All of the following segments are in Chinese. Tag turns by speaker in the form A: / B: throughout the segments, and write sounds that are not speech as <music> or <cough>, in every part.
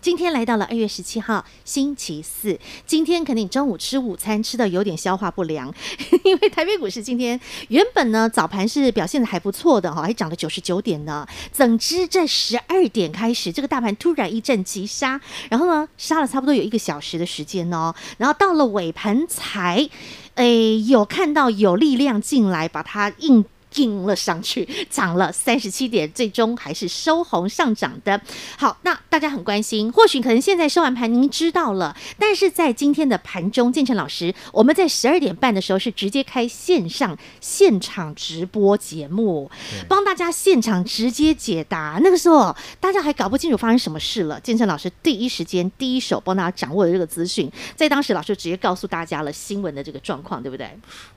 A: 今天来到了二月十七号，星期四。今天肯定中午吃午餐吃的有点消化不良， <laughs> 因为台北股市今天原本呢早盘是表现的还不错的哈，还涨了九十九点呢。怎知这十二点开始，这个大盘突然一阵急杀，然后呢杀了差不多有一个小时的时间哦，然后到了尾盘才，诶有看到有力量进来把它硬顶了上去，涨了三十七点，最终还是收红上涨的。好，那大家很关心，或许可能现在收完盘您知道了，但是在今天的盘中，建成老师，我们在十二点半的时候是直接开线上现场直播节目，帮大家现场直接解答。那个时候大家还搞不清楚发生什么事了，建成老师第一时间第一手帮大家掌握了这个资讯，在当时老师直接告诉大家了新闻的这个状况，对不对？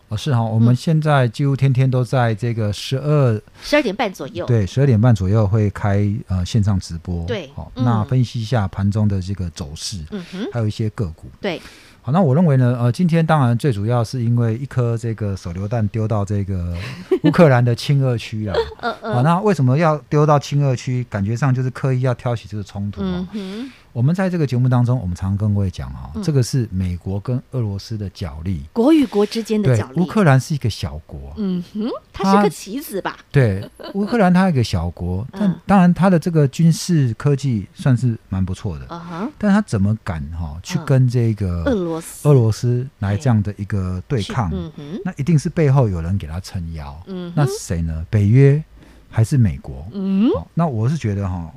B: 老师好，我们现在几乎天天都在这个十二
A: 十二点半左右，
B: 对十二点半左右会开呃线上直播。
A: 对
B: 好、
A: 嗯
B: 那分析一下盘中的这个走势，
A: 嗯哼，
B: 还有一些个股。
A: 对，
B: 好，那我认为呢，呃，今天当然最主要是因为一颗这个手榴弹丢到这
A: <laughs>
B: 个乌克兰的亲俄区了。
A: 呃
B: 好，
A: 呃，
B: 那为什么要丢到亲俄区？感觉上就是刻意要挑起这个冲突、
A: 嗯
B: 哦。
A: 哼，
B: 我们在这个节目当中，我们常跟各位讲哈、
A: 嗯
B: 这个是美国跟俄罗斯的角力。
A: 国与国之间的
B: 对
A: 角，力，
B: 乌克兰是一个小国，
A: 嗯哼，它是
B: 它
A: 个棋子吧？
B: 对，乌克兰它是一个小国，但
A: 嗯
B: 当然它的这个军事科技算是蛮不错的，
A: 啊哈，
B: 但它怎么敢哈、去
A: 嗯
B: 跟这个
A: 俄罗斯
B: 呃俄罗斯来这样的一个对
A: 去
B: 抗？
A: 嗯哼，
B: 那一定是背后有人给他撑腰。
A: 嗯
B: 那
A: 哼，
B: 是谁呢？北约还是美国？
A: 嗯，
B: 好那我是觉得哈、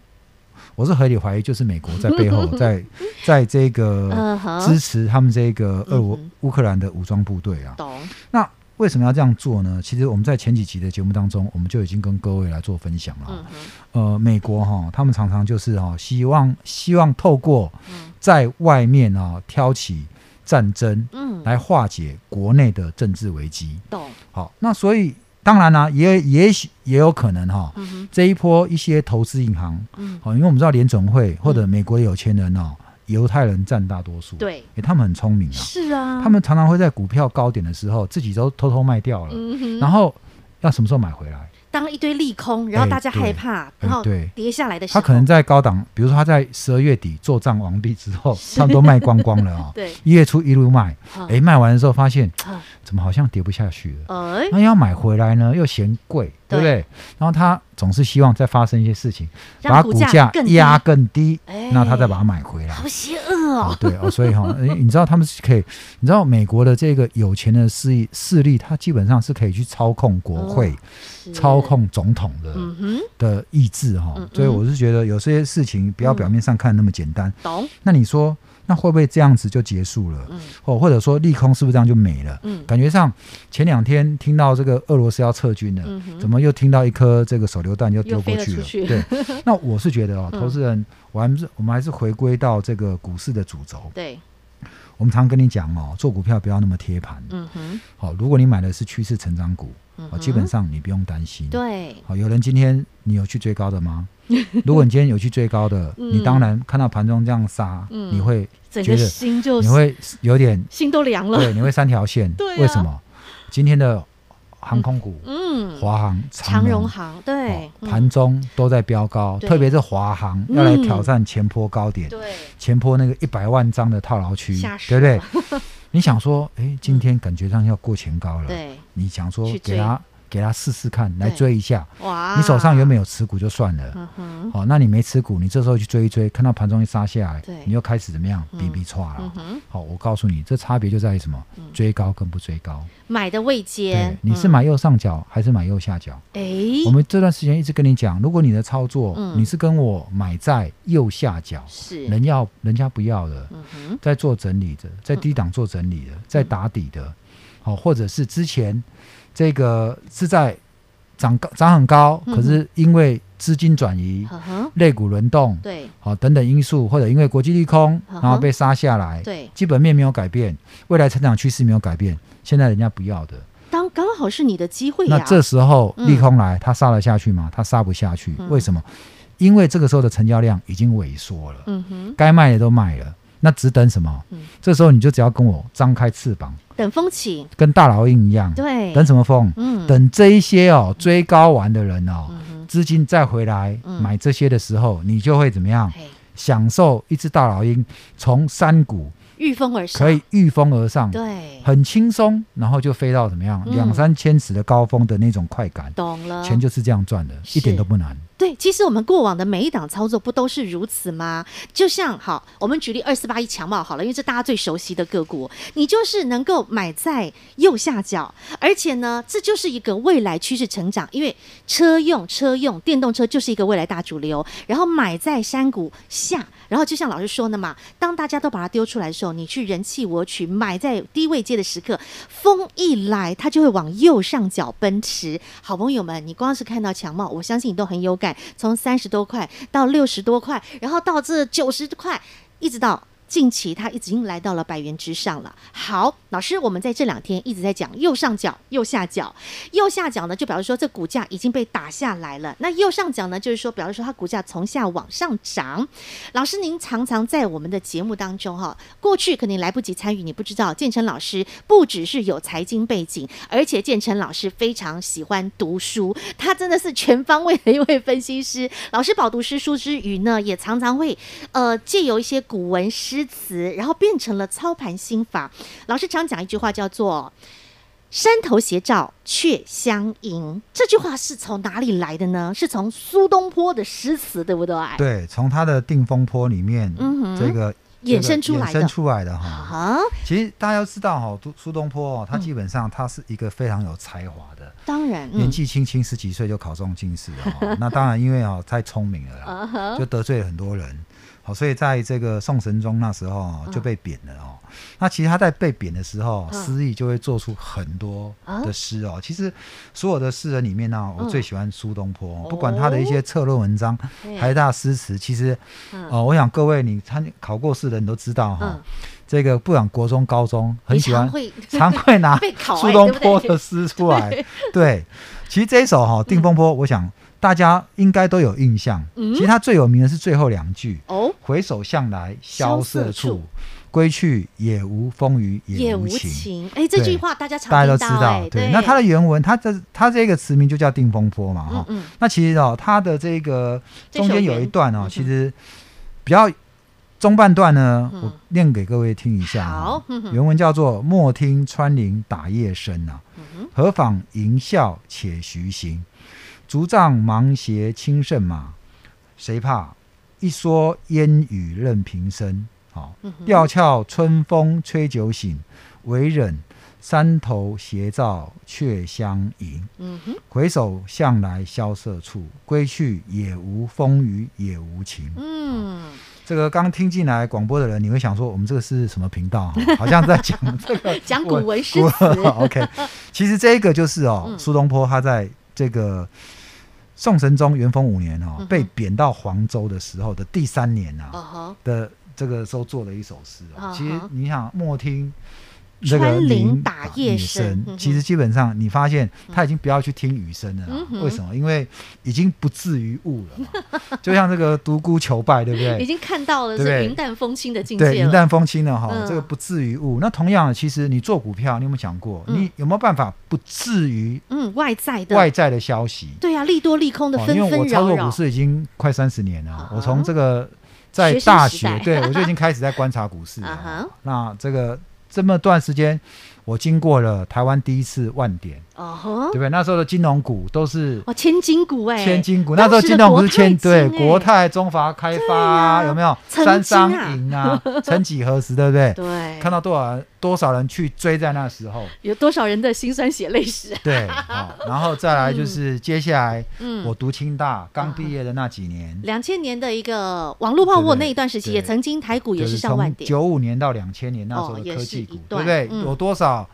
B: 我是合理怀疑，就是美国在背
A: <laughs>
B: 后在在这个
A: 嗯哼
B: 支持他们这个俄罗
A: 嗯
B: 乌克兰的武装部队啊。
A: 懂，
B: 那为什么要这样做呢？其实我们在前几集的节目当中，我们就已经跟各位来做分享了
A: 嗯
B: 哦。
A: 哼，
B: 呃，美国哈、他们常常就是哈、希望希望透过
A: 嗯
B: 在外面啊、挑起战争
A: 嗯，
B: 来化解国内的政治危机。
A: 懂，
B: 好，那所以当然啦、也也许也有可能哈、
A: 嗯哼，
B: 这一波一些投资银行，
A: 嗯，
B: 好、因为我们知道联总会或者美国有钱人哦，犹太人占大多数，
A: 对，
B: 诶他们很聪明啊，
A: 是啊，
B: 他，们常常会在股票高点的时候自己都偷偷卖掉了，
A: 嗯哼，
B: 然后要什么时候买回来？
A: 当一堆利空，然后大家害怕，
B: 哎对
A: 然后
B: 对
A: 跌下来的时
B: 他
A: 候，
B: 可能在高档，比如说他在十二月底做账完毕之后，
A: 是
B: 他们都卖光光了啊、
A: <laughs> 对，
B: 一月初一路卖，
A: 嗯
B: 诶，卖完的时候发现
A: 嗯
B: 怎么好像跌不下去了。
A: 哎，
B: 那要买回来呢，又嫌贵，对不对？然后他总是希望再发生一些事情，把
A: 让
B: 股
A: 价
B: 价
A: 更低
B: 压，更低，
A: 哎
B: 那他再把它买回来。
A: 好邪恶
B: 哦
A: 哦，，
B: 对哦，所以哈、诶你知道他们是可以，你知道美国的这个有钱的势力势力，他基本上是可以去操控国会、
A: 是
B: 操，控总统的、
A: 哦嗯哼，
B: 的意志哈、
A: 嗯嗯嗯
B: 所以我是觉得有些事情不要表面上看那么简单。
A: 懂，
B: 那你说，那会不会这样子就结束了？
A: 嗯
B: 哦，或者说利空是不是这样就没了？
A: 嗯
B: 感觉上前两天听到这个俄罗斯要撤军了，
A: 嗯哼，
B: 怎么又听到一颗这个手榴弹又丢
A: 又
B: 过
A: 飞了
B: 去
A: 出
B: 了？
A: 去
B: 对，那我是觉得
A: <laughs>
B: 哦，
A: 嗯
B: 投资人，我还是我们还是回归到这个股市的主轴。
A: 对，
B: 我们常跟你讲哦，做股票不要那么贴盘。
A: 嗯哼，
B: 好、如果你买的是趋势成长股，
A: 嗯
B: 哦，
A: 哼
B: 基本上你不用担心。，哦
A: 对，
B: 好、有人今天你有去追高的
A: <laughs>
B: 吗？如果你今天有去追高的，
A: 嗯
B: 你当然看到盘中这样杀，
A: 嗯
B: 你会
A: 整
B: 觉
A: 个
B: 得
A: 心就
B: 你会有
A: <laughs>
B: 点
A: 心都凉了，
B: 对，你会三条线。
A: 对啊
B: 为什么？今天的航空股，
A: 嗯，
B: 华航、
A: 长荣
B: 荣。
A: 行，对
B: 哦，
A: 嗯
B: 盘中都在飙高，
A: 对
B: 特别是华航
A: 嗯
B: 要来挑战前坡高点，
A: 对，
B: 前坡那个一百万张的套牢区
A: 吓，死嗯
B: 对不对？
A: <laughs>
B: 你想说，哎，今天感觉上要过前高了，
A: 对，
B: 你想说
A: 去追
B: 给他给他试试看，来
A: 对
B: 追一下。
A: 哇，
B: 你手上原本有持股就算了，哦
A: 嗯哼，
B: 好，那你没持股，你这时候去追一追，看到盘中一杀下来
A: 对，
B: 你又开始怎么样？
A: 嗯
B: 比比错
A: 嗯
B: 了。
A: 哼，
B: 好，我告诉你，这差别就在于什么
A: 嗯？
B: 追高跟不追高。
A: 买的位
B: 对
A: 阶，，
B: 你是买右上角还是买右下角？
A: 哎，
B: 我们这段时间一直跟你讲，如果你的操作、
A: 嗯
B: 你是跟我买在右下角，
A: 是，
B: 人要人家不要的，
A: 嗯哼，
B: 在做整理的，在
A: 嗯
B: 低档做整理的，在打底的，好、或者是之前这个是在涨高涨很高，
A: 嗯哼
B: 可是因为资金转移、
A: 嗯哼，
B: 类股轮动，
A: 对，
B: 好、等等因素，或者因为国际利空，
A: 嗯哼
B: 然后被杀下来，
A: 对
B: 基本面没有改变，未来成长趋势没有改变，现在人家不要的。
A: 当刚好是你的机会呀、
B: 那这时候
A: 嗯
B: 利空来，它杀得下去吗？它杀不下去，
A: 嗯
B: 为什么？因为这个时候的成交量已经萎缩了，
A: 嗯哼，
B: 该卖的都卖了，那只等什么
A: 嗯？
B: 这时候你就只要跟我张开翅膀，
A: 等风起，
B: 跟大老鹰一样，
A: 对，
B: 等什么风？
A: 嗯，
B: 等这一些哦追高完的人哦，
A: 嗯哼，
B: 资金再回来
A: 嗯
B: 买这些的时候，你就会怎么样？
A: 嘿
B: 享受一只大老鹰从山谷
A: 御风而上，
B: 可以御风而上，
A: 对，
B: 很轻松，然后就飞到怎么样
A: 嗯
B: 两三千尺的高峰的那种快感，
A: 懂了，
B: 钱就是这样赚的，
A: 是
B: 一点都不难。
A: 对，其实我们过往的每一档操作不都是如此吗？就像好，我们举例二四八一强茂好了，因为这大家最熟悉的个股，你就是能够买在右下角，而且呢，这就是一个未来趋势成长，因为车用车用电动车就是一个未来大主流，然后买在山谷下，然后就像老师说的嘛，当大家都把它丢出来的时候，你去人气我取，买在低位阶的时刻，风一来，它就会往右上角奔驰。好朋友们，你光是看到强茂，我相信你都很有感，从三十多块到六十多块，然后到这九十块，一直到。近期它已经来到了百元之上了。好，老师，我们在这两天一直在讲右上角、右下角、右下角呢，就表示说这股价已经被打下来了。那右上角呢，就是说表示说它股价从下往上涨。老师，您常常在我们的节目当中哈，过去可能来不及参与，你不知道，建成老师不只是有财经背景，而且建成老师非常喜欢读书，他真的是全方位呃的一位分析师。老师饱读诗书之余呢，也常常会呃借由一些古文诗词，然后变成了操盘心法。老师常讲一句话叫做。山头斜照却相迎，这句话是从哪里来的呢？是从苏东坡的诗词，对不对？
B: 对，从它的定风波里面，
A: 嗯哼
B: 这个
A: 衍生出来
B: 衍
A: 的
B: 生出来的哈。
A: 啊，
B: 其实大家要知道哈，苏苏东坡哦，他基本上他是一个非常有才华的，
A: 当然，
B: 年纪轻轻十几岁就考中进士了
A: <laughs>
B: 哦。那当然因为哦太聪明了啦，
A: 嗯啊
B: 就得罪了很多人。好，所以在这个宋神宗那时候哦
A: 嗯
B: 就被贬了哦。那其实他在被贬的时候，
A: 嗯啊
B: 诗意就会做出很多的诗哦。其实所有的诗人里面呢，我
A: 嗯
B: 最喜欢苏东坡哦，
A: 哦
B: 不管他的一些策论文章、
A: 对
B: 还大诗词，其实
A: 嗯
B: 哦，我想各位你参考过试的人都知道哈
A: 嗯，
B: 这个不管国中、高中，很
A: 你
B: 喜
A: 常
B: 欢
A: 会 <laughs>
B: 常会拿
A: 被考哎
B: 啊苏东
A: 对不
B: 坡
A: 对
B: 的诗出来。 <laughs> 对，其实这一首哈《定风波》，我想大家应该都有印象。
A: 嗯
B: 其实它最有名的是最后两句
A: 哦，：“
B: 回首向来萧瑟
A: 萧瑟处
B: 处，归去也无风雨
A: 也
B: 也
A: 无
B: 无晴。
A: 情。哎，这句
B: 对
A: 话大家常
B: 大家都知
A: 听到
B: 道
A: 哎，，
B: 对。那它的原文，它这它这个词名就叫《定风波》嘛，
A: 嗯
B: 哈。
A: 嗯
B: 那其实哦，它的这个中间有一段哦，
A: 这
B: 其
A: 首原
B: 实比较中半段呢，
A: 嗯
B: 我念给各位听一下啊。
A: 好嗯哼
B: 原文叫做“莫听穿林打叶声”啊，
A: 嗯哼
B: 何妨吟啸且徐行，竹杖芒鞋轻胜马，谁怕？一蓑烟雨任平生。好、
A: 嗯哼
B: 吊桥春风吹酒醒，唯忍山头斜照却相迎。
A: 嗯哼
B: 回首向来萧瑟处，归去也无风雨也无晴。
A: 嗯，
B: 这个刚听进来广播的人，你会想说我们这个是什么频道啊？好像在讲这个
A: 讲古
B: <laughs>
A: 文诗词，
B: OK，其实这个就是哦
A: 嗯，
B: 苏东坡他在这个宋神宗元丰五年哦
A: 嗯哼
B: 被贬到黄州的时候的第三年
A: <laughs>
B: 啊
A: 哦吼，
B: 的这个时候做了一首诗
A: 啊哈
B: 哦。其实你想莫听。这
A: 穿
B: 个
A: 林
B: 林
A: 打叶
B: 叶
A: 声嗯哼
B: 其实基本上你发现他已经不要去听雨声了啦
A: 嗯哼
B: 为什么？因为已经不至于悟了嘛，就像这个独孤求败，对不对
A: 已？经看到了
B: 对不
A: 是
B: 对
A: 云淡风轻的境
B: 对，
A: 界
B: 云
A: 了。
B: 淡风轻了哈，
A: 嗯
B: 这个不至于误。那同样的，其实你做股票，你有没有想过，
A: 嗯
B: 你有没有办法不至于
A: 嗯，外在的，
B: 外在的消息？
A: 对啊，利多利空的
B: 哦
A: 纷
B: 因为
A: 纷
B: 我操
A: 扰
B: 作
A: 扰
B: 股，市已经快三十年了，
A: 啊哈
B: 我从这个在大学，
A: 学生时代
B: 对我就已经开始在观察股市了。哦
A: 啊哈
B: 那这个这么段时间，我经过了台湾第一次万点，
A: 哦吼
B: 对不，对？那时候的金融股都是
A: 哦，千金股哎，
B: 千金股，
A: 当
B: 那时候
A: 时
B: 金
A: 的
B: 融股
A: 国
B: 是千
A: 泰金
B: 对
A: 哎
B: 国泰、中华开发啊
A: 对呀
B: 有没有？
A: 曾
B: 三
A: 经
B: 商
A: 啊
B: 银啊，曾几何时，对不对？
A: 对，
B: 看到多少人多少人去追在那时
A: <laughs>
B: 候，
A: 有多少人的辛酸血泪史？
B: 对，好、然后再来就是接下来
A: 嗯，
B: 我读清大刚毕业的那几年，
A: 两千年的一个网络泡沫
B: 对对
A: 那一段时期，
B: 对
A: 也曾经台股也
B: 就是是
A: 上万
B: 从
A: 点，
B: 九五年到两千年那时候
A: 哦
B: 的
A: 也
B: 科
A: 是
B: 技
A: 一
B: 股，对
A: 段
B: 不对？
A: 嗯
B: 有多少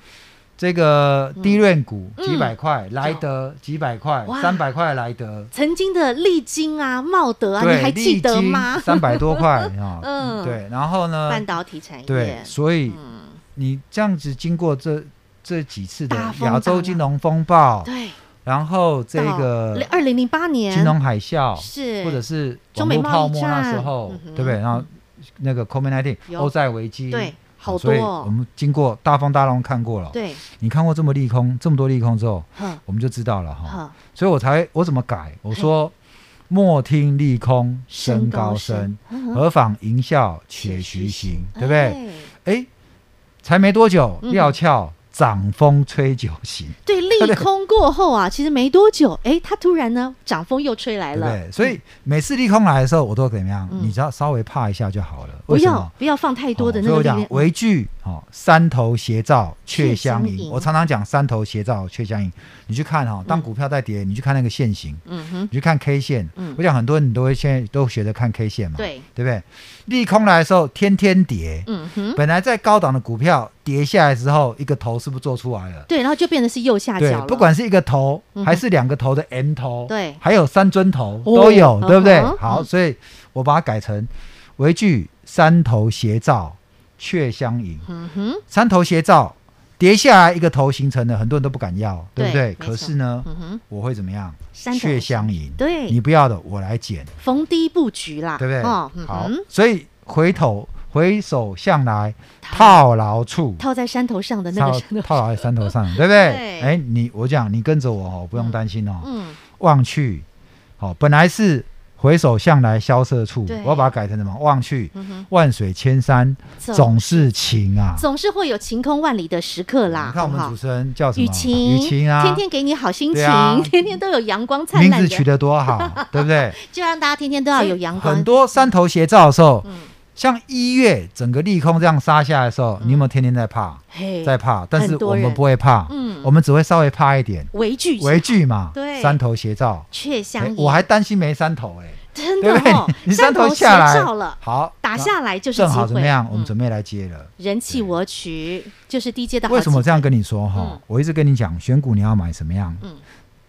B: 这个低润股几百块，莱
A: 哦
B: 德几百块
A: 哇，
B: 三百块莱德，
A: 曾经的丽晶啊、茂德啊，你还记得吗？，
B: 三百多块啊
A: <laughs> 嗯
B: 呃对，然后呢，
A: 半导体产业，
B: 对，所以
A: 嗯，
B: 你这样子经过这这几次的
A: 大风
B: 亚洲
A: 大
B: 金
A: 浪
B: 融风暴，
A: 对，
B: 然后这个
A: 二零零八年
B: 金融海啸，
A: 是
B: 或者是网
A: 中美
B: 络
A: 贸
B: 泡
A: 易
B: 沫那
A: 战
B: 时候
A: 嗯，哼
B: 对不对？然后那个 COVID 19
A: 有
B: 欧债危机，
A: 对，好多
B: 所以
A: 哦
B: 我们经过大风大浪看过了，
A: 对，
B: 你看过这么利空，这么多利空之后，
A: 哼
B: 我们就知道了哈。
A: 哼，
B: 所以我才我怎么改？我说莫听利空
A: 升
B: 升
A: 高
B: 高
A: 声
B: 声，
A: 嗯哼
B: 何妨吟啸且徐行，对不对？
A: 哎
B: 哎，才没多久，
A: 嗯
B: 料峭掌风吹酒醒，
A: 对，利空过后
B: <laughs>
A: 啊，其实没多久，哎，它突然呢，涨风又吹来
B: 对不
A: 了。
B: 对？所以每次利空来的时候，我都怎么样？
A: 嗯
B: 你只要稍微怕一下就好了。
A: 不
B: 为什
A: 要
B: 么？
A: 不要放太多的
B: 哦
A: 那
B: 所以我
A: 个力
B: 讲
A: 量。
B: 为惧哦，三头斜照却相
A: 却相
B: 迎。
A: 迎
B: 我常常讲三头斜照却相迎，你去看哈、哦，当股票在跌，你去看那个线型，
A: 嗯哼，
B: 你去看 K 线，
A: 嗯
B: 我想很多人都会现在都学着看 K 线嘛，
A: 对，
B: 对不对？利空来的时候天天跌，
A: 嗯哼，
B: 本来在高档的股票跌下来之后，一个头是不是做出来了？
A: 对，然后就变得是右下
B: 对
A: 角了。，
B: 不管是一个头
A: 嗯哼
B: 还是两个头的 M 头，
A: 对
B: 还有三尊头
A: 哦
B: 都有
A: 嗯，哼
B: 对不对？
A: 嗯
B: 好，所以我把它改成为句三头斜照却相迎，
A: 嗯哼，
B: 三头斜照跌下来一个头形成了，很多人都不敢要，对不
A: 对
B: 对？
A: 没错
B: 可是呢，
A: 嗯哼，
B: 我会怎么样？
A: 三头
B: 却相迎，
A: 对
B: 你不要的我来捡。
A: 逢低布局啦，
B: 对不对？
A: 哦，嗯
B: 好
A: 哼，，
B: 所以回头回首向来，套牢处，
A: 套在山头上的那
B: 套
A: 个山头，
B: 套牢在山头上，对不
A: 对
B: 对？哎，你我讲，你跟着我哦，不用担心哦。
A: 嗯，
B: 望去，好，本来是回首向来萧瑟处
A: 对，
B: 我要把它改成什么？望去
A: 嗯哼，
B: 万水千山
A: 总
B: 总是情啊。
A: 总是会有晴空万里的时刻啦，
B: 你看我
A: 好
B: 们
A: 不
B: 主
A: 好
B: 持人叫什么？
A: 雨晴，
B: 雨晴啊，
A: 天天给你好心
B: 对
A: 情，
B: 啊
A: 天天都有阳光灿
B: 名
A: 烂
B: 字取
A: 的，
B: 得多
A: <laughs>
B: 好，对不对？
A: 就让大家天天都要有阳光
B: 很。多山头斜照的时候，
A: 嗯
B: 像一月整个利空这样杀下来的时候，你有没有天天在怕？
A: 嘿，
B: 在怕，但是
A: 很多
B: 我
A: 人
B: 们不会怕，
A: 嗯
B: 我们只会稍微怕一点，
A: 围剧
B: 围惧嘛，
A: 对
B: 山头斜照。
A: 却相
B: 诶
A: 迎，
B: 哎我还担心没山头哎，
A: 真的
B: 对不对
A: 哦？，
B: <laughs> 你
A: 山
B: 山
A: 头
B: 头
A: 斜
B: 下来
A: 照了，
B: 好
A: 打下来就
B: 那
A: 是机
B: 正
A: 会。
B: 好怎么样？我们
A: 嗯
B: 准备来接了。
A: 人气我取，就是低阶到
B: 为什么这样跟你说
A: 嗯
B: 哈？我一直跟你讲，选股你要买什么样
A: 嗯？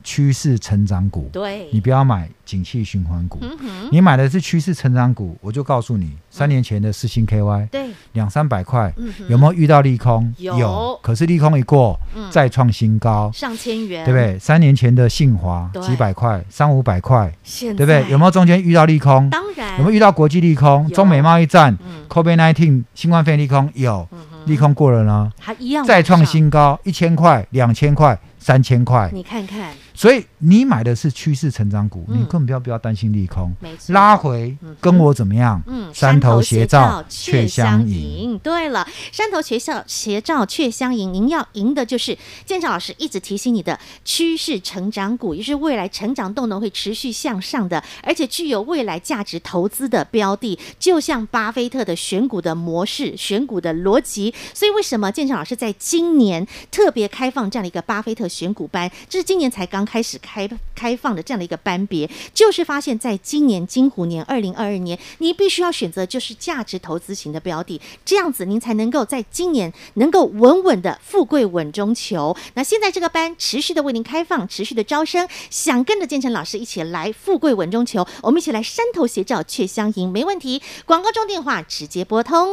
B: 趋势成长股，
A: 对，
B: 你不要买景气循环股。
A: 嗯哼，
B: 你买的是趋势成长股，我就告诉你，三年前的四星 KY
A: 对，
B: 两三百块，
A: 嗯哼，
B: 有没有遇到利空？
A: 有
B: 可是利空一过，
A: 嗯
B: 再创新高，
A: 上千元，
B: 对不？对？三年前的信华
A: 对
B: 几百块，三五百块，
A: 现
B: 对不对？
A: 在
B: 有没有中间遇到利空？
A: 当然
B: 有没有遇到国际利空？
A: 有
B: 中美贸易战
A: 嗯
B: ，COVID-19 新冠肺炎利空有，
A: 嗯哼，
B: 利空过了呢，
A: 还一样
B: 再创
A: 往上。
B: 新高，一千块、两千块、三千块。
A: 你看看，
B: 所以你买的是趋势成长股，
A: 嗯
B: 你根本不要不要担心利空，
A: 没错，
B: 拉回
A: 嗯
B: 跟我怎么样？
A: 嗯，
B: 山头斜照
A: 却
B: 却
A: 相
B: 相
A: 迎
B: 迎。
A: 对了，山头斜照斜照却相迎，您要赢的就是建长老师一直提醒你的趋势成长股，也就是未来成长动能会持续向上的，而且具有未来价值投资的标的，就像巴菲特的选股的模式、选股的逻辑。所以为什么建长老师在今年特别开放这样的一个巴菲特选股班？这是今年才刚开始开开放的这样的一个班别，就是发现在今年金虎年二零二二年，你必须要选择就是价值投资型的标的，这样子您才能够在今年能够稳稳的富贵稳中求。那现在这个班持续的为您开放，持续的招生，想跟着建成老师一起来富贵稳中求，我们一起来山头斜照却相迎，没问题。广告中电话直接拨通。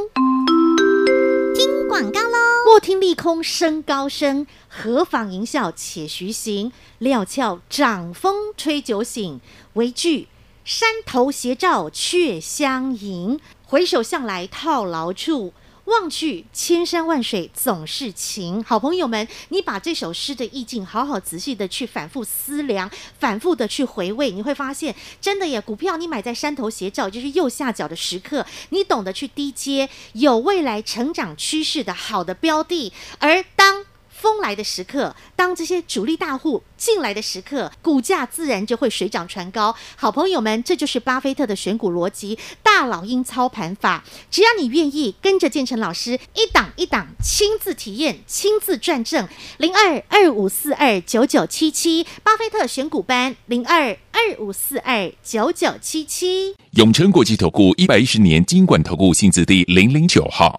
A: 广告喽！莫听利空声高声，何妨吟啸且徐行。料峭掌风吹酒醒，唯惧山头斜照却相迎。回首向来套牢处。望去千山万水总是情，好朋友们，你把这首诗的意境好好仔细的去反复思量，反复的去回味，你会发现，真的耶，股票你买在山头斜照，就是右下角的时刻，你懂得去低接有未来成长趋势的好的标的，而当风来的时刻，当这些主力大户进来的时刻，股价自然就会水涨船高。好朋友们，这就是巴菲特的选股逻辑——大老鹰操盘法。只要你愿意跟着建成老师一档一档亲自体验、亲自转正，零二二五四二九九七七，巴菲特选股班零二二五四二九九七七。
C: 永诚国际投顾一百一十年金管投顾性质第零零九号。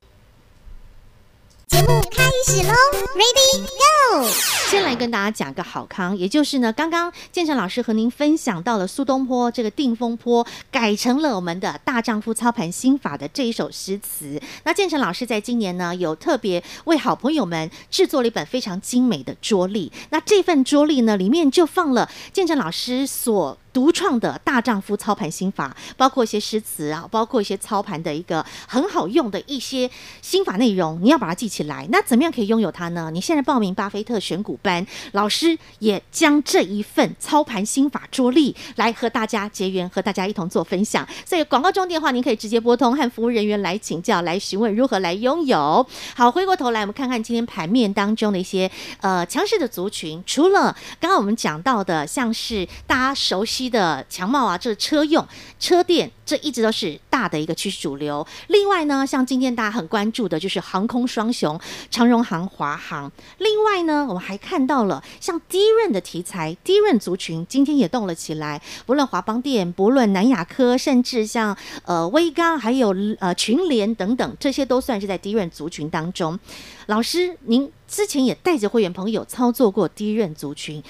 C: 节目开始喽，Ready Go！
A: 先来跟大家讲个好康，也就是呢，刚刚建成老师和您分享到了苏东坡这个定风波改成了我们的大丈夫操盘心法的这一首诗词。那建成老师在今年呢，有特别为好朋友们制作了一本非常精美的桌历。那这份桌历呢，里面就放了建成老师所独创的大丈夫操盘心法，包括一些诗词啊，包括一些操盘的一个很好用的一些心法内容，你要把它记起来。那怎么样可以拥有它呢？你现在报名巴菲特选股班，老师也将这一份操盘心法桌历来和大家结缘，和大家一同做分享。所以广告中电话您可以直接拨通，和服务人员来请教，来询问如何来拥有。好，回过头来我们看看今天盘面当中的一些呃强势的族群，除了刚刚我们讲到的，像是大家熟悉的强茂啊，这是车用车电，这一直都是大的一个趋势主流。另外呢，像今天大家很关注的就是航空双雄长荣航、华航。另外呢，我们还看到了像低润的题材，低润族群今天也动了起来，不论华邦电，不论南亚科，甚至像呃威刚，还有呃群联等等，这些都算是在低润族群当中。老师，您之前也带着会员朋友操作过低润族群，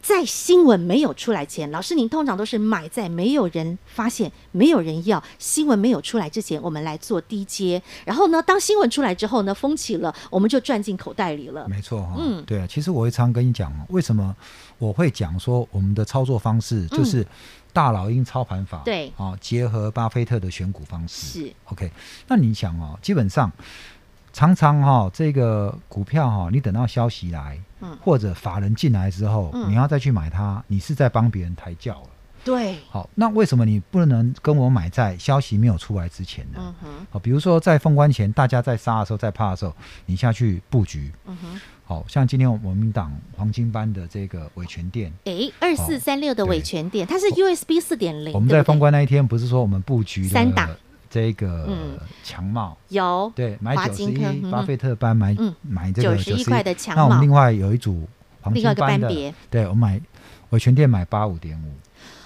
A: 在新闻没有出来前，老师您通常都是买在没有人发现、没有人要、新闻没有出来之前，我们来做低阶。然后呢，当新闻出来之后呢，风起了，我们就赚进口袋里了。
B: 没错哈、
A: 嗯
B: 对啊，其实我会常跟你讲哦，为什么我会讲说我们的操作方式就是大老鹰操盘法，
A: 嗯对
B: 哦，结合巴菲特的选股方式，
A: 是，
B: OK，那你想哦，基本上常常哈、这个股票哈、你等到消息来，
A: 嗯
B: 或者法人进来之后，
A: 嗯
B: 你要再去买它，你是在帮别人抬轿了。
A: 对，
B: 好，那为什么你不能跟我买在消息没有出来之前呢？
A: 嗯哼，
B: 好，比如说在封关前，大家在杀的时候，在怕的时候，你下去布局。
A: 嗯哼，
B: 好像今天我们党黄金班的这个维权店，
A: 诶，二四三六的
B: 对
A: 维权店，它是 USB 四点零，
B: 我们
A: 对
B: 在
A: 不对
B: 封关那一天，不是说我们布局
A: 三档
B: 的这个
A: 嗯
B: 强茂，
A: 有
B: 对，买
A: 华
B: 九十
A: 金科嗯
B: 一
A: 哼
B: 巴菲特班买、
A: 嗯
B: 买这个
A: 91
B: 91
A: 块的强
B: 那我
A: 帽
B: 们另外有一组黄
A: 另
B: 金
A: 外一个
B: 班
A: 班
B: 的，
A: 别
B: 对，我买维权店买八五点五，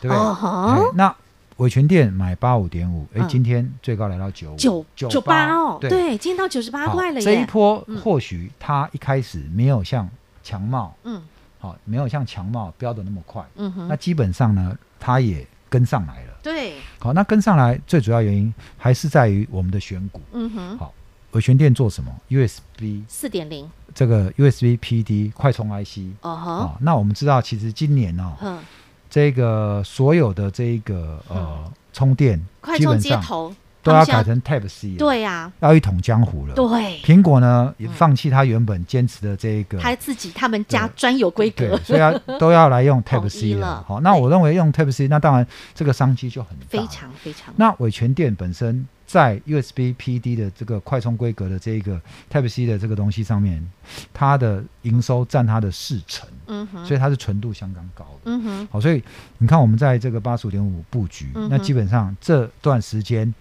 B: 对不对？
A: 哦吼
B: 哎那维权店买八五点五，哎
A: 嗯，
B: 今天最高来到九
A: 九九八哦，
B: 对，
A: 对，今天到九十八
B: 好
A: 块了
B: 这一
A: 耶，
B: 波
A: 嗯
B: 或许它一开始没有像强茂，
A: 嗯
B: 好、没有像强茂标的那么快，
A: 嗯哼，
B: 那基本上呢，它也跟上来了。
A: 对，
B: 好，那跟上来最主要原因还是在于我们的选股。
A: 嗯哼，
B: 好，维权店做什么？USB
A: 四点零，
B: 这个 USB PD 快充 IC
A: 哦
B: 啊、
A: 吼，
B: 那我们知道，其实今年哦，
A: 嗯，
B: 这个所有的这一个呃充电，
A: 快
B: 基
A: 充
B: 本
A: 接
B: 上
A: 头
B: 都
A: 他
B: 要
A: 们现
B: 改
A: 在
B: 成呃 Type C，，
A: 对呀、
B: 要一统江湖了。
A: 对，
B: 苹果呢也
A: 嗯
B: 放弃它原本坚持的这一个，
A: 他自己他们家
B: 对
A: 专有规
B: 对
A: 格，，
B: 所以要都要来
A: <laughs>
B: 用
A: 统
B: Type
A: 一
B: C
A: 了
B: 了。好，那我认为用 Type C，那当然这个商机就很大。
A: 非。常非常，
B: 那伟全店本身在 USB PD 的这个快充规格的这个 Type C 的这个东西上面，它的营收占它的四成，
A: 嗯哼，
B: 所以它是纯度相当高的。
A: 嗯哼，
B: 好，所以你看我们在这个八十五点五布局，
A: 嗯哼
B: 那基本上这段时间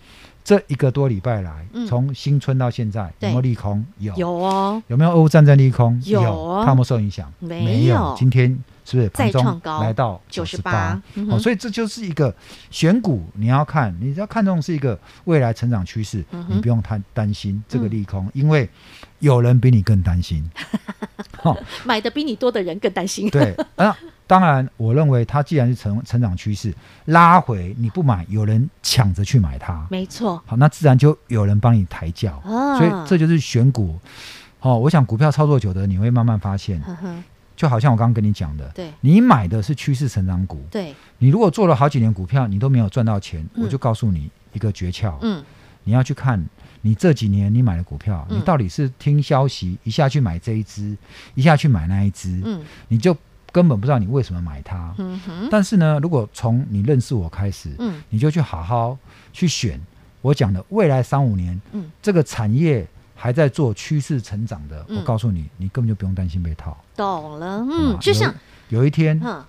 B: 这一个多礼拜来
A: 嗯，
B: 从、新春到现在
A: 对
B: 有没有利空？有。
A: 有哦，
B: 有没有俄乌战争利空？
A: 有
B: 它有没有受影响？
A: 没有
B: 有。今天是不是盘
A: 再创
B: 中
A: 高
B: 来到
A: 98嗯
B: 好，
A: 哼
B: 所以这就是一个选股，你要看，你只要看中是一个未来成长趋势，
A: 嗯哼嗯
B: 你不用太担心这个利空，因为有人比你更担心。好，
A: 买的比你多的人更担 <laughs> 心，
B: 对，那当然，我认为它既然是成成长趋势，拉回你不买，有人抢着去买它，
A: 没错，
B: 好，那自然就有人帮你抬轿，
A: 啊
B: 所以这就是选股。好、我想股票操作久的，你会慢慢发现，
A: 呵呵，
B: 就好像我刚刚跟你讲的，
A: 嗯对
B: 你买的是趋势成长股，
A: 对，
B: 你如果做了好几年股票，你都没有赚到钱，
A: 嗯
B: 我就告诉你一个诀窍，
A: 嗯，
B: 你要去看你这几年你买的股票，
A: 嗯
B: 你到底是听消息一下去买这一只，一下去买那一只，
A: 嗯
B: 你就根本不知道你为什么买它。
A: 嗯哼，
B: 但是呢，如果从你认识我开始，
A: 嗯
B: 你就去好好去选我讲的未来三五年，
A: 嗯
B: 这个产业还在做趋势成长的，
A: 嗯
B: 我告诉你，你根本就不用担心被套。
A: 懂了，
B: 好
A: 嗯，
B: 吗
A: 就像，
B: 有有一天
A: 嗯。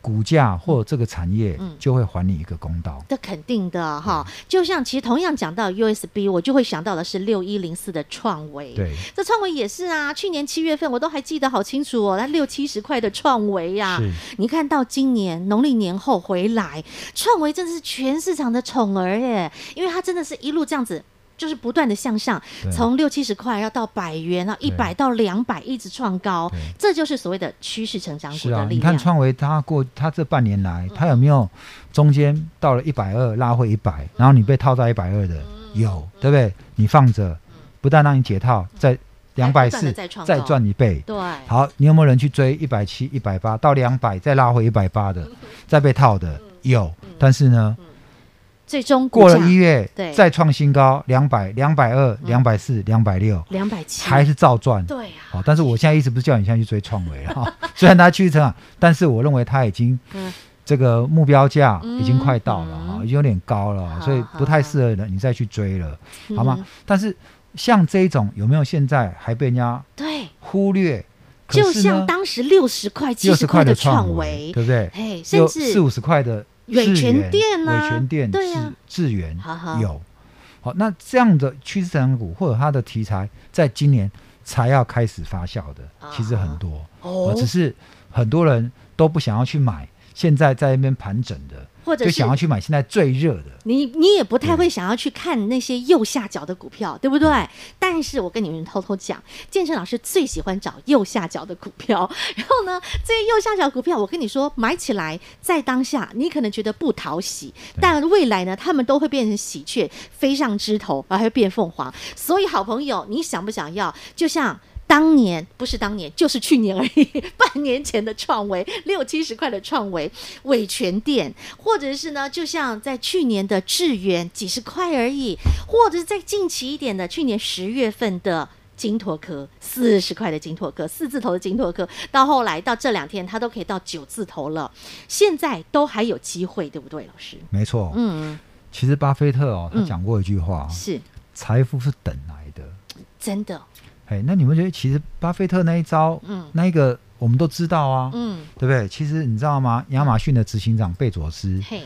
B: 股价或这个产业
A: 嗯
B: 就会还你一个公道。
A: 这肯定的哈，
B: 嗯
A: 就像其实同样讲到 USB，我就会想到的是六一零四的创维，
B: 对，
A: 这创维也是啊，去年七月份我都还记得好清楚哦，那六七十块的创维呀、
B: 是
A: 你看到今年农历年后回来，创维真的是全市场的宠儿耶，因为它真的是一路这样子。就是不断的向上，
B: 对
A: 从六七十块要到百元，然后一百到两百一直创高
B: 对，
A: 这就是所谓的趋势成长股
B: 是
A: 的
B: 啊，
A: 力
B: 你
A: 量
B: 看。
A: 嗯
B: 创维它过它这半年来，它有没有中间到了一百二拉回一百，然后你被套在一百二的
A: 嗯
B: 有，对不对？你放着，不但让你解套，在两百
A: 不断地
B: 四
A: 再创哎
B: 再
A: 造
B: 赚一倍。
A: 对，
B: 好，你有没有人去追一百七、一百八到两百，再拉回一百八
A: 嗯
B: 的，再被套的有？但是呢，
A: 最终嗯股
B: 过了
A: 价
B: 一月
A: 对，
B: 再创新高，两百、两百二、两百四、两百六，
A: 两百七，
B: 还是照赚。
A: 对啊呀、
B: 好，哦但是我现在一直不是叫你现在去追创维啊， <laughs> 虽然它趋势成长，但是我认为它已经
A: 嗯
B: 这个目标价已经快到了
A: 嗯
B: 哈，
A: 嗯
B: 已经有点高了，啊
A: 好嗯
B: 所以不太适合你再去追了，好吗？但是像这种有没有现在还被人家
A: 对，
B: 忽略？可
A: 就是
B: 呢
A: 像当时六十块、七
B: 六
A: 十
B: 十块
A: 的
B: 的
A: 创
B: 创
A: 维
B: 维，，对不对？
A: 嘿，甚
B: 有
A: 至
B: 四五十块的
A: 远
B: 智
A: 全
B: 源
A: 店啊
B: 伟全店、
A: 对啊
B: 智智源
A: 好好
B: 有。好，那这样的趋势成长股或者它的题材，在今年才要开始发酵的
A: 啊，
B: 其实很多，
A: 哦
B: 只是很多人都不想要去买，现在在那边盘整的，
A: 或者
B: 就是想要嗯去买现在最热的。
A: 你你也不太会想要去看那些右下角的股票，对不对？
B: 嗯
A: 但是我跟你们偷偷讲，建成老师最喜欢找右下角的股票。 <laughs> 然后呢，这些右下角股票，我跟你说，买起来在当下你可能觉得不讨喜，但未来呢，他们都会变成喜鹊飞上枝头，而还会变凤凰。所以，好朋友，你想不想要？就像。当年不是当年，就是去年而已。 <laughs> 半年前的创维，六七十块的创维，伟全店，或者是呢，就像在去年的智源几十块而已，或者是再近期一点的，去年十月份的。金拓科四十块的金拓科，四字头的金拓科，到后来到这两天，它都可以到九字头了，现在都还有机会，对不对，老师？
B: 没错，
A: 嗯，
B: 其实巴菲特哦，他
A: 嗯
B: 讲过一句话，
A: 是
B: 财富是等来的。
A: 真的，
B: 哎，那你们觉得其实巴菲特那一招，
A: 嗯
B: 那一个我们都知道啊，
A: 嗯，
B: 对不对？其实你知道吗？亚马逊的执行长贝佐斯
A: 嘿，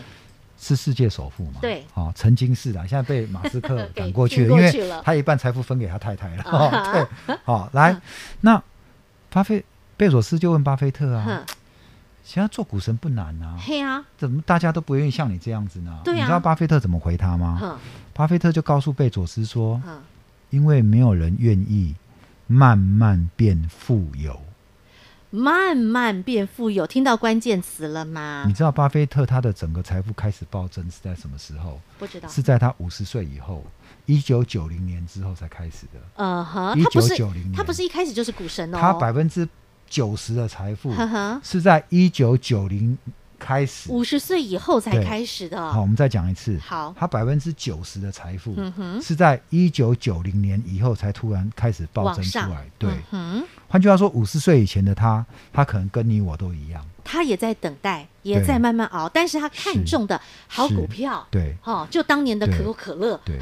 B: 是世界首富嘛？
A: 对
B: 哦，曾经是的，现在被马斯克
A: <laughs> 给
B: 赶过去
A: 赶
B: 了，
A: 过
B: 因
A: 去了嗯
B: 为他一半财富分给他太太
A: <laughs>
B: 了。
A: 啊
B: 哦，对，哦，来，那巴菲贝佐斯就问巴菲特啊，
A: 哼，
B: 现在做股神不难啊，
A: 嗯嘿啊，
B: 怎么大家都不愿意像你这样子呢？
A: 对啊嗯
B: 你知道巴菲特怎么回他吗？
A: 哼
B: 巴菲特就告诉贝佐斯说，
A: 哼，
B: 因为没有人愿意慢慢变富有。
A: 慢慢变富有，听到关键词了吗
B: 你？知道巴菲特他的整个财富开始暴增是在什么时候？
A: 不知道，
B: 是在他五十岁以后，一九九零年之后才开始的。
A: 呃呵，他不是
B: 1990年
A: 他不是一开始就是股神哦，
B: 他百分之九十的财富
A: 呵呵
B: 是在一九九零开始。
A: 五十岁以后才
B: 对
A: 开始的。
B: 好，我们再讲一次。
A: 好
B: 他百分之九十的财富
A: 嗯哼
B: 是在一九九零年以后才突然开始暴
A: 往
B: 增出
A: 上
B: 来。对，
A: 嗯哼，
B: 换句话说，五十岁以前的他，他可能跟你我都一样。
A: 他也在等待，也
B: 对
A: 在慢慢熬，但是他看
B: 是
A: 中的好
B: 是
A: 股票，
B: 对
A: 哦，就当年的可
B: 对
A: 口可乐， <laughs>
B: 对，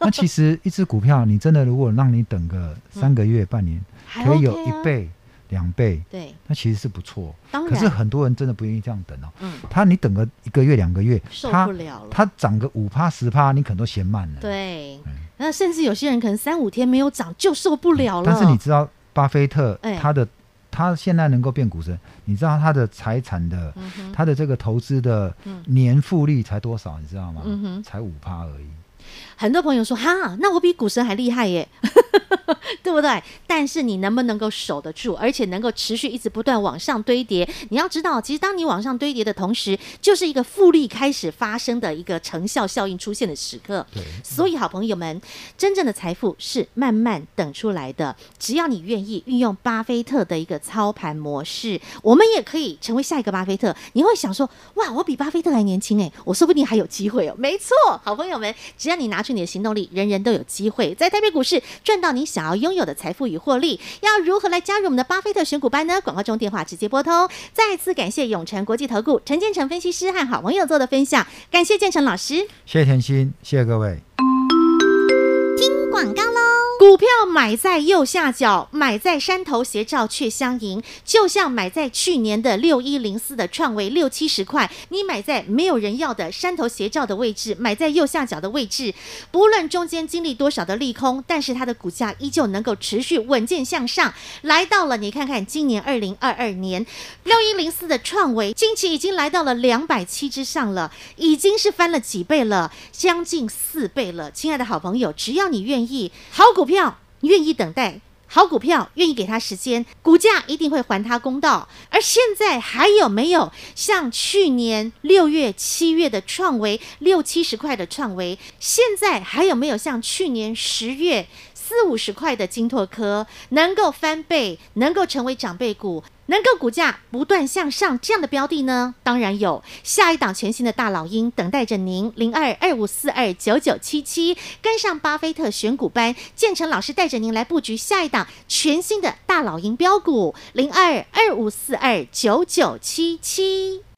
B: 那其实一只股票，你真的如果让你等个三个月、半年，
A: 嗯还
B: 可以
A: OK
B: 有
A: 啊
B: 一倍、两倍，
A: 对，
B: 那其实是不错。
A: 当然
B: 可是很多人真的不愿意这样等哦。
A: 嗯，
B: 他你等个一个月、两个月，
A: 受
B: 他
A: 不了了
B: 他涨个五趴、十趴，你可能都嫌慢了。
A: 对
B: 嗯。
A: 那甚至有些人可能三五天没有涨就受不了了。
B: 但是你知道巴菲特
A: 哎
B: 他的、他现在能够变股神，你知道他的财产的、
A: 嗯哼
B: 他的这个投资的
A: 嗯
B: 年复利才多少，你知道吗？
A: 嗯哼
B: 才五趴而已。
A: 很多朋友说哈，那我比股神还厉害耶， <laughs> 对不对？但是你能不能够守得住，而且能够持续一直不断往上堆叠？你要知道，其实当你往上堆叠的同时，就是一个复利开始发生的一个成效效应出现的时刻。
B: 对
A: 所以，好朋友们，真正的财富是慢慢等出来的。只要你愿意运用巴菲特的一个操盘模式，我们也可以成为下一个巴菲特。你会想说，哇，我比巴菲特还年轻诶，欸我说不定还有机会哦。没错，好朋友们，只要你拿出你的行动力，人人都有机会在台北股市赚到你想要拥有的财富与获利。要如何来加入我们的巴菲特选股班呢？广告中电话直接拨通。再次感谢永诚国际投顾陈建成分析师和好朋友做的分享，感谢建成老师。
B: 谢谢甜心，谢谢各位。
C: 广告喽。
A: 股票买在右下角，买在山头斜照却相迎，就像买在去年的六一零四的创维六七十块，你买在没有人要的山头斜照的位置，买在右下角的位置，不论中间经历多少的利空，但是它的股价依旧能够持续稳健向上，来到了你看看今年二零二二年六一零四的创维，近期已经来到了两百七之上了，已经是翻了几倍了，将近四倍了。亲爱的好朋友，只要你愿意，好股票，你愿意等待。好股票，愿意给它时间，股价一定会还它公道。而现在还有没有像去年六月、七月的创维六七十块的创维？现在还有没有像去年十月四五十块的金拓科能够翻倍，能够成为长辈股？能够股价不断向上这样的标的呢？当然有，下一档全新的大老鹰等待着您，零二二五四二九九七七，跟上巴菲特选股班，建成老师带着您来布局下一档全新的大老鹰标股，零二二五四二九九七七。